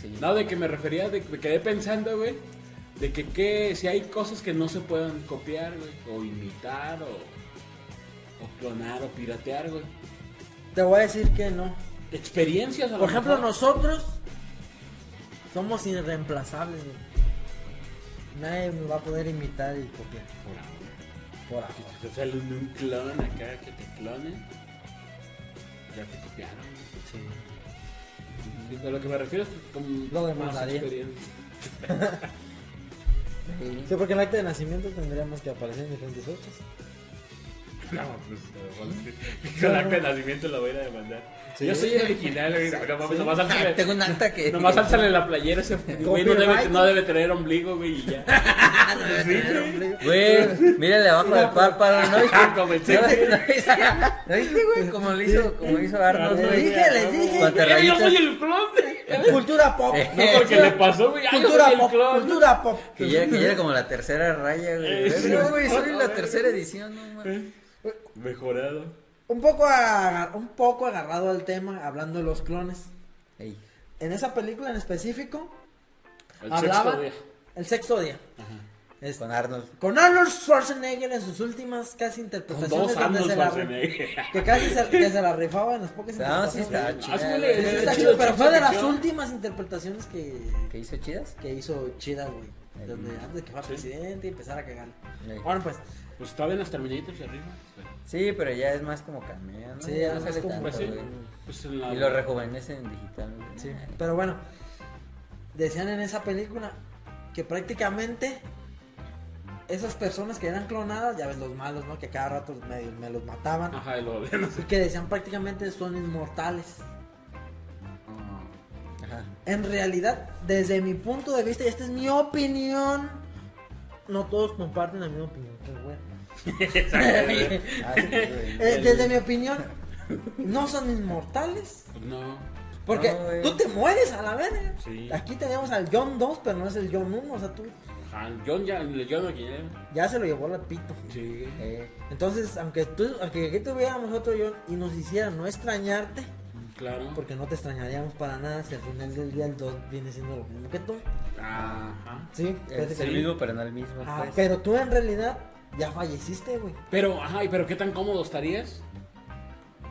Sí. No, de que me refería, de que me quedé pensando, güey, de que, qué- si hay cosas que no se puedan copiar, güey, o imitar, o, o clonar, o piratear, güey. Te voy a decir que no. Experiencias, a lo Por ejemplo, mejor. nosotros somos irreemplazables, güey. Nadie me va a poder imitar y copiar. Por ahora. Que te sale un clon acá, que te clonen. Ya te copiaron. Sí, A lo que me refiero es con Lo demandaría. experiencia. Sí, porque en el acta de nacimiento tendríamos que aparecer en diferentes fechas. No, pues no, con el acta de nacimiento lo voy a ir a demandar. Sí. Yo soy el original, güey. No, mames, nomás Ah, álzale, Tengo un acta que. nomás álzale la playera ese güey. No debe, Copyright. no debe tener ombligo, güey, y ya. Pues Sí, güey. Güey, mírale abajo del párpado, ¿no? Pues, Ah, como el ¿No cheque. viste? ¿No viste, güey? Como lo hizo, como hizo Arnold, Les güey. dije, les dije. Cuatro ¡Eh, Yo soy rayitas. el clon, güey. Cultura pop. Eh, No, porque le pasó, güey. ¡Ay, yo Cultura soy el pop. clon! Cultura pop. Que ya, que ya era como la tercera raya, güey. Eh, sí. No, güey, soy la tercera edición, no mames. Mejorado. Un poco, agar- un poco agarrado al tema, hablando de los clones. Ey, En esa película en específico, El hablaba sexto día. el sexto día. Este, Con Arnold. Con Arnold Schwarzenegger en sus últimas casi Con interpretaciones dos donde años se la, que casi se, que se la rifaba en las pocas No, Ah, sí interpretaciones. está Sí, chido. sí Eh, está chido, pero fue de las últimas interpretaciones que, ¿Qué hizo chidas? que hizo chida, güey. Donde antes de que fuera Sí. presidente y empezara a cagar. Ey. Bueno, pues, Pues estaban las terminatorias arriba. Sí, pero ya es más como cameo, ¿no? Sí, es Ya no más sale como- tanto, Pues sí. güey. Pues en la... Y lo rejuvenecen en digital, güey. sí. Pero bueno, decían en esa película que prácticamente esas personas que eran clonadas, ya ves los malos, ¿no? Que cada rato me, me los mataban. Ajá, y lo no Y que decían prácticamente son inmortales. Ajá. En realidad, desde mi punto de vista, y esta es mi opinión, no todos comparten la misma opinión. qué güey. Ah, sí, güey. Eh, desde mi opinión, no son inmortales. No. Porque No, eh. güey. tú te mueres a la verga. Sí. Aquí tenemos al John 2, pero no es el John 1. O sea, tú Ajá, John ya, el John aquí ya. ya se lo llevó la pito. Sí. Eh, Entonces, aunque tú, aunque aquí tuviéramos otro John y nos hiciera no extrañarte, Claro. porque no te extrañaríamos para nada si al final del día el 2 viene siendo lo mismo que tú. Ajá. Sí, es el mismo, pero no el mismo, Ah, pues. pero tú en realidad ya falleciste, güey. Pero, ajá, ¿y pero qué tan cómodo estarías?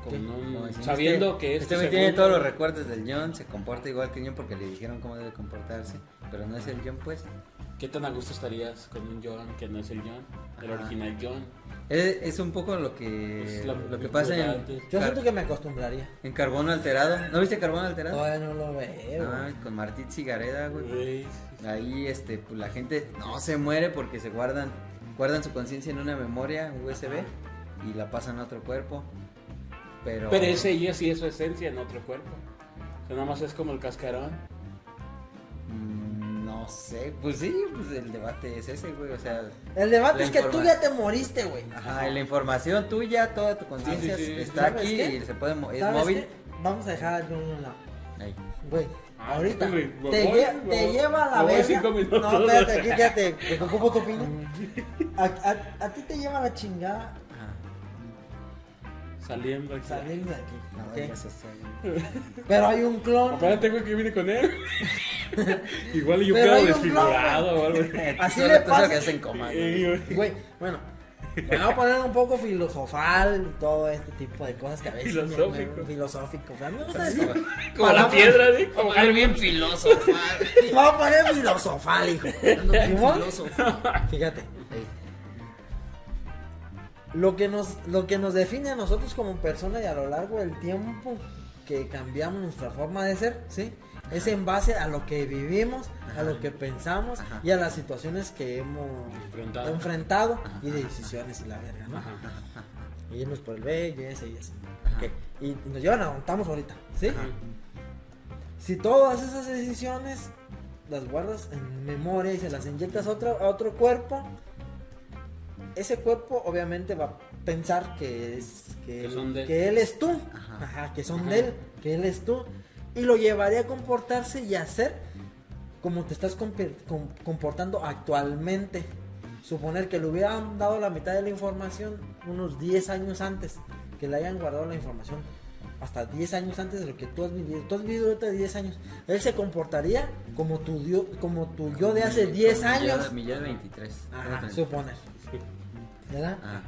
Con un- Como decimos, sabiendo este- que este este güey tiene segundo- todos los recuerdos del John, se comporta igual que John porque le dijeron cómo debe comportarse, pero no es el John pues. ¿Qué tan a gusto estarías con un John que no es el John? El Ajá. original John. Pues, Es, es un poco lo que Es la- lo que pasa en, antes. Yo Car- siento que me acostumbraría. en Carbono Alterado. ¿No viste Carbono Alterado? Todavía no lo veo. No, con Martí Cigareda, güey. Güey, Ahí este pues, la gente no se muere porque se guardan guardan su conciencia en una memoria USB y la pasan a otro cuerpo. Pero Pero ese ella sí es su esencia en otro cuerpo. O sea, nada más es como el cascarón. mm, no sé, pues sí, pues el debate es ese, güey, o sea, El debate La es que tú informa- ya te moriste, güey. Ajá, em- y la información tuya, toda tu conciencia Ah, sí, sí. está ¿Sabes aquí qué? y se puede mo- es ¿Sabes móvil. qué? Vamos a dejar a John a un lado. Ahí. Güey, Ah, ahorita güey, me te, voy, lle- me te voy. lleva a la Me voy verga. cinco minutos. No, espérate, aquí quédate. Me ocupo tu opinión. A, a- a ti te lleva la chingada Ajá. Saliendo aquí. salir de aquí. No, ¿ok? dejas eso, güey. Pero hay un clon. Aparte, güey, que viene con él. Igual y yo Pero quedo hay un desfigurado o algo. Así Tú le solo- tú solo pasa. quedas en coma, güey. Sí, güey. Güey, bueno. Me voy a poner un poco filosofal y todo este tipo de cosas que a veces. me- me- Filosófico. filosófico. O sea, me gusta decir. Como la piedra, ¿sí? Como Mujer bien filósofo. Me voy a poner filosofal, hijo. Ando bien ¿Simón? filósofo. Fíjate. Ey, Lo que, nos, lo que nos define a nosotros como persona y a lo largo del tiempo que cambiamos nuestra forma de ser, ¿sí? Es en base a lo que vivimos, a lo que pensamos Ajá. y a las situaciones que hemos Enfrentado. enfrentado y de decisiones y la verga, ¿no? Y irnos por el B, y ese y ese. Ok. Y nos llevan a donde estamos ahorita, ¿sí? Si todas esas decisiones las guardas en memoria y se las inyectas a otro, a otro cuerpo, ese cuerpo obviamente va a pensar que es que, Que son de él. que él es tú, Ajá. Ajá, que son Ajá. de él, que él es tú, y lo llevaría a comportarse y a hacer como te estás compe- com- comportando actualmente. Suponer que le hubieran dado la mitad de la información unos 10 años antes, que le hayan guardado la información hasta 10 años antes de lo que tú has vivido. Tú has vivido ahorita 10 años. Él se comportaría como tu, dio- como tu yo de hace 10 años. Millón 23. Ajá, Ajá. suponer. ¿Verdad? Ah,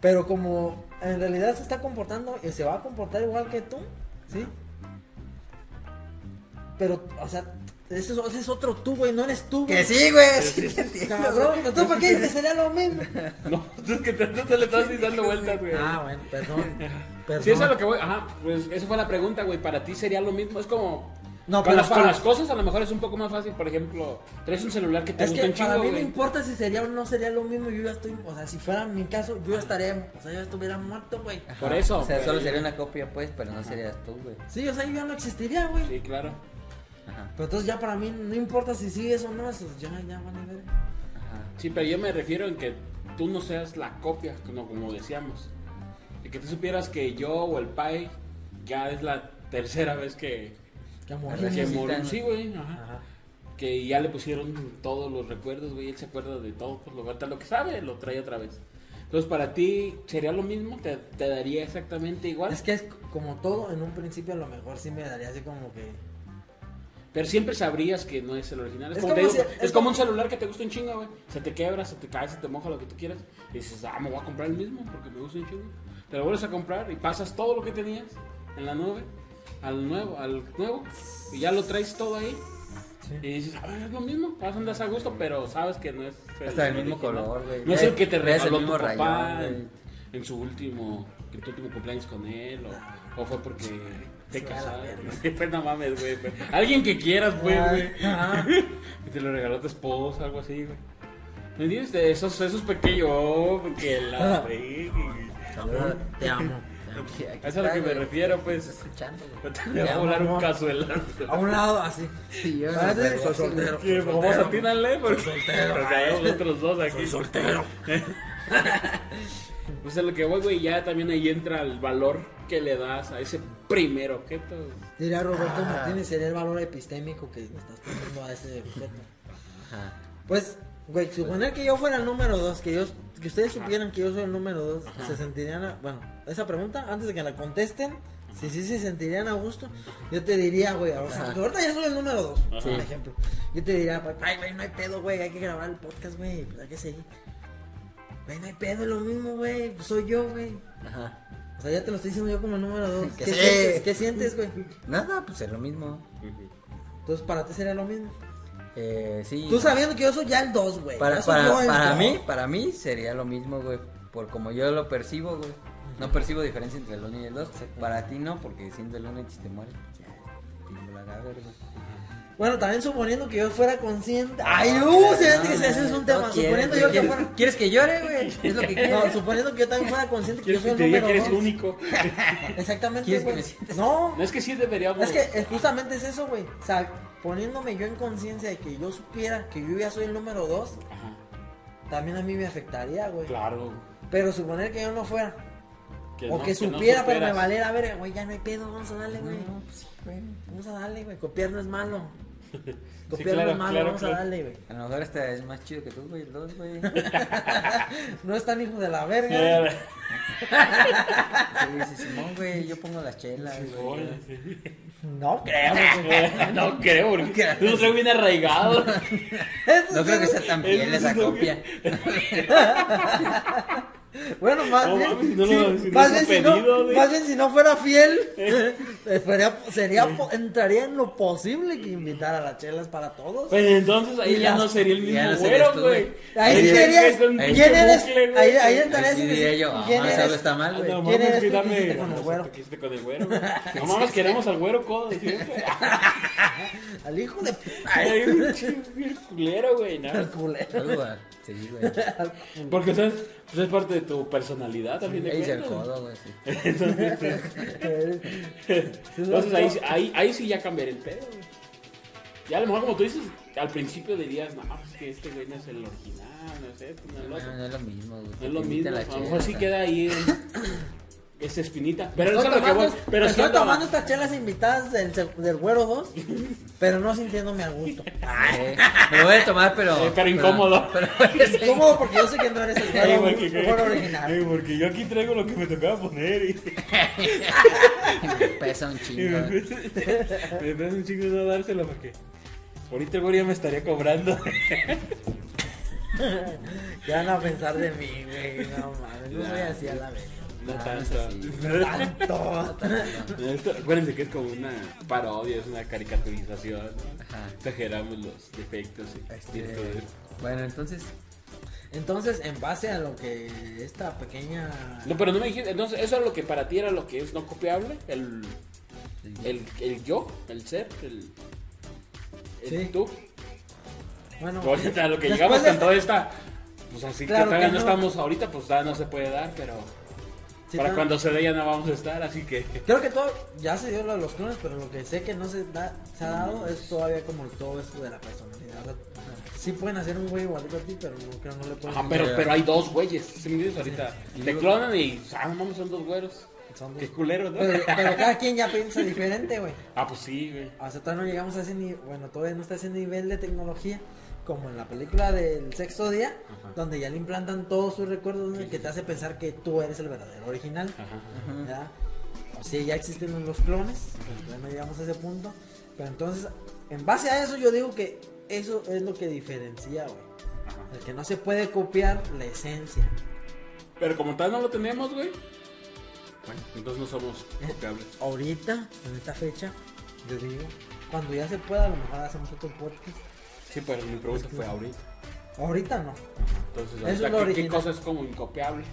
Pero como en realidad se está comportando y se va a comportar igual que tú, ¿sí? Pero, o sea, ese es, ese es otro tú, güey, no eres tú, güey. Que sí, güey. sí te entiendo. Cabrón, entonces ¿para qué te sería lo mismo? No, es que te, no te le estás ni dando vueltas, güey. Ah, bueno, perdón. perdón. Si eso es lo que voy. Ajá, pues eso fue la pregunta, güey. Para ti sería lo mismo. Es como. No, con, pero las, con para- las cosas a lo mejor es un poco más fácil. Por ejemplo, traes un celular que te Es gusta que un para chingo, mí no güey. importa si sería o no sería lo mismo, yo ya estoy, o sea, si fuera mi caso, yo ya estaría, o sea, yo ya estuviera muerto, güey. Por eso. O sea, güey. solo sería una copia, pues, pero no serías tú, güey. Sí, o sea, yo ya no existiría, güey. Sí, claro. Ajá. Pero entonces ya para mí no importa si sigues o no, eso ya, ya van a ver. Ajá. Sí, pero yo me refiero en que tú no seas la copia, como, como decíamos. Y que tú supieras que yo o el Pai ya es la tercera vez que, Ya que morimos. Recién. murió. Resucitan. Sí, güey, ajá. Ajá. Que ya le pusieron todos los recuerdos, güey. Él se acuerda de todo, pues lo, hasta lo que sabe lo trae otra vez. Entonces, para ti, ¿sería lo mismo? ¿Te, te daría exactamente igual? Es que es como todo, en un principio a lo mejor sí me daría así como que. Pero siempre sabrías que no es el original. Es, Es como, te como digo, si- es es como como- un celular que te gusta un chingo, güey. Se te quebra, se te cae, se te moja, lo que tú quieras. Y dices, ah, me voy a comprar el mismo porque me gusta un chingo. Te lo vuelves a comprar y pasas todo lo que tenías en la nube al nuevo, al nuevo. Y ya lo traes todo ahí. Y dices, ah, es lo mismo. Vas andas a gusto, pero sabes que no es. Hasta el mismo color, güey. No es el que te Traes regaló el tu mismo papá rayón, en- güey. en su último, en tu último cumpleaños con él. O, o fue porque te Se va a la casaste. verga. Pues no mames, güey. pues. Alguien que quieras, pues, güey. Ay, ajá. Y te lo regaló tu esposa, algo así, güey. ¿Me entiendes? De Esos, esos pequeños, oh, que la freguen. Cabrón, te amo. te amo. Aquí- aquí Eso es a lo está, que me güey. refiero, pues. Estás escuchando, güey. No te le va Ya, a volar un mamá. cazuelazo. A un lado, así. Sí, yo Ah, sí, no, güey. soy soltero. Que soy Vamos soltero. a tírale, porque Soy soltero. porque hay los otros dos aquí. Soy soltero. Pues a lo que voy, güey, ya también ahí entra el valor que le das a ese primer objeto. Diría Roberto Ah. Martínez, sería el valor epistémico que le estás poniendo a ese objeto. Ajá. Pues, güey, suponer que yo fuera el número dos, que yo, que ustedes supieran que yo soy el número dos, se sentirían, a- bueno, esa pregunta, antes de que la contesten, si sí se sentirían a gusto, yo te diría, güey, o sea, Ajá. ahorita ya soy el número dos, Ajá. por ejemplo, yo te diría, pues, ay, güey, no hay pedo, güey, hay que grabar el podcast, güey, pues hay que seguir. Güey, no hay pedo, lo mismo, güey, pues, soy yo, güey. Ajá. O sea, ya te lo estoy diciendo yo como el número dos. Que ¿Qué, sí. sientes, ¿Qué sientes, güey? Nada, pues es lo mismo. Entonces, para ti sería lo mismo. Eh, sí. Tú sabiendo que yo soy ya el dos, güey. Para, ya soy para- yo el para dos. mí, para mí sería lo mismo, güey. Por como yo lo percibo, güey. No percibo diferencia entre el 1 y el 2. Para ti no, porque siendo el 1 y si te mueres, pues ya. te la verga, güey. Bueno, también suponiendo que yo fuera consciente. Ay, uh, se ve que ese ese es un No tema. quieres, Suponiendo güey. yo que ¿Quieres- fuera. ¿Quieres que llore, güey? Es lo que quiero. No, suponiendo que yo también fuera consciente que yo ¿Quieres soy que el te diga número dos. que eres único? Exactamente, ¿Quieres que güey. me sientes? No, No es que sí deberíamos. es que eh, justamente es eso, güey. O sea, poniéndome yo en conciencia de que yo supiera que yo ya soy el número dos, Ajá, también a mí me afectaría, güey. claro. Pero suponer que yo no fuera. o no- que no supiera, pero me superas. valiera verga, güey, ya no hay pedo, vamos a darle, güey. No, pues sí, güey. Vamos a darle, güey. Copiar no es malo. Copiar claro, no es malo, claro, vamos claro. a darle, güey. A lo mejor hasta es más chido que tú, güey, el 2, güey. No es tan hijo de la verga. Sí, dice, Simón, güey, yo pongo las chelas, güey. Hola, sí. No creo. No creo, porque lo traigo bien arraigado. No creo que sea tan fiel esa Eso es lo copia. Bueno, más No, bien, mames, si no sí, lo- si no más, lo bien si pedido, no, güey. más bien si no fuera fiel, eh, fuera- sería, po- entraría en lo posible que invitar a las chelas para todos. Pues entonces ahí Y ya las- no sería el mismo ya no güero, serías tú, güey. güey. Ahí Ahí sí ya serías, es un ¿quién pinche eres? bucle, güey. Ahí, ahí estarías Ahí sí diría yo, ah, ¿quién algo eres? está mal, Ah, güey. No ¿Quién mames, eres tú que que dame- hiciste con el güero? ¿Qué hiciste con el güero? güey? No mames, queremos al güero codo. de siempre. Al hijo de puta. Ay, un chingo culero, güey, ¿no? Al culero. Algo, ah, Sí, güey. Al- Porque ¿sabes? Pues es parte de tu personalidad también. Ahí se el codo. codo, güey, sí. Entonces ahí, ahí, ahí sí ya cambiaría el pedo, güey. Ya a lo mejor como tú dices, al principio dirías, no, es que este güey no es el original, no es esto, no es lo Ah, No, otro. no es lo mismo, güey. No es lo Te invitan mismo, las a lo mejor chelas, sí ah. queda ahí. un- esa espinita. Pero eso es estoy a lo que voy. tomando- Pero estoy siento- tomando estas chelas invitadas del, del Güero 2, pero no sintiéndome a gusto. Eh, me lo voy a tomar, pero. Eh, pero incómodo. Pero, ¿Cómo? Porque yo sé que no eres el Ay, Güero, porque- el güero original. Ay, porque yo aquí traigo lo que me tocaba poner y, pesa un y chingo. me, me parece un chingo no dárselo porque ahorita el güey ya me estaría cobrando. ¿Qué van a pensar de mí, güey? No mames, yo soy así a la vez. No Ah, tanto. sí. Todo. Esto- Acuérdense que es como una parodia, es una caricaturización. ¿no? Ajá. Exageramos los defectos y, Este, y todo eso. Bueno, entonces. Entonces, en base a lo que esta pequeña. No, pero no me dijiste, entonces eso es lo que para ti era lo que es no copiable, el, el, el yo, el ser, el, el Sí. tú. Bueno, Ahorita lo que después llegamos de- con toda esta, pues así Claro que todavía que no. no. estamos ahorita, pues ya no se puede dar, pero Sí, para no. cuando se dé ya no vamos a estar, así que... Creo que todo ya se dio lo de los clones, pero lo que sé que no se, da, se ha dado es todavía como todo esto de la personalidad. O sea, sí pueden hacer un güey igualito a ti, pero no, creo no le pueden. Ajá, pero, Ya. pero hay dos güeyes, ¿sí me entiendes? Ahorita Y te luego- clonan y, ah, no mames, son dos güeros. Son dos. Qué culero, ¿no? Pero, pero cada quien ya piensa diferente, güey. Ah, pues sí, güey. O sea, todavía no llegamos a ese nivel, bueno, todavía no está ese nivel de tecnología como en la película del sexto día, Ajá. donde ya le implantan todos sus recuerdos ¿no? que te hace pensar que tú eres el verdadero original. Ajá. ¿verdad? O sea, ya existen los clones, pero todavía no llegamos a ese punto. Pero entonces, en base a eso, yo digo que eso es lo que diferencia, güey. Ajá. El que no se puede copiar la esencia. Pero como tal no lo tenemos, güey. Bueno, entonces no somos copiables. Ahorita, en esta fecha, yo digo, cuando ya se pueda, a lo mejor hacemos otro podcast. Sí, pero mi pregunta fue ahorita. Ahorita no. Entonces, Eso es ahorita, lo ¿qué, qué original. cosa es como incopiable?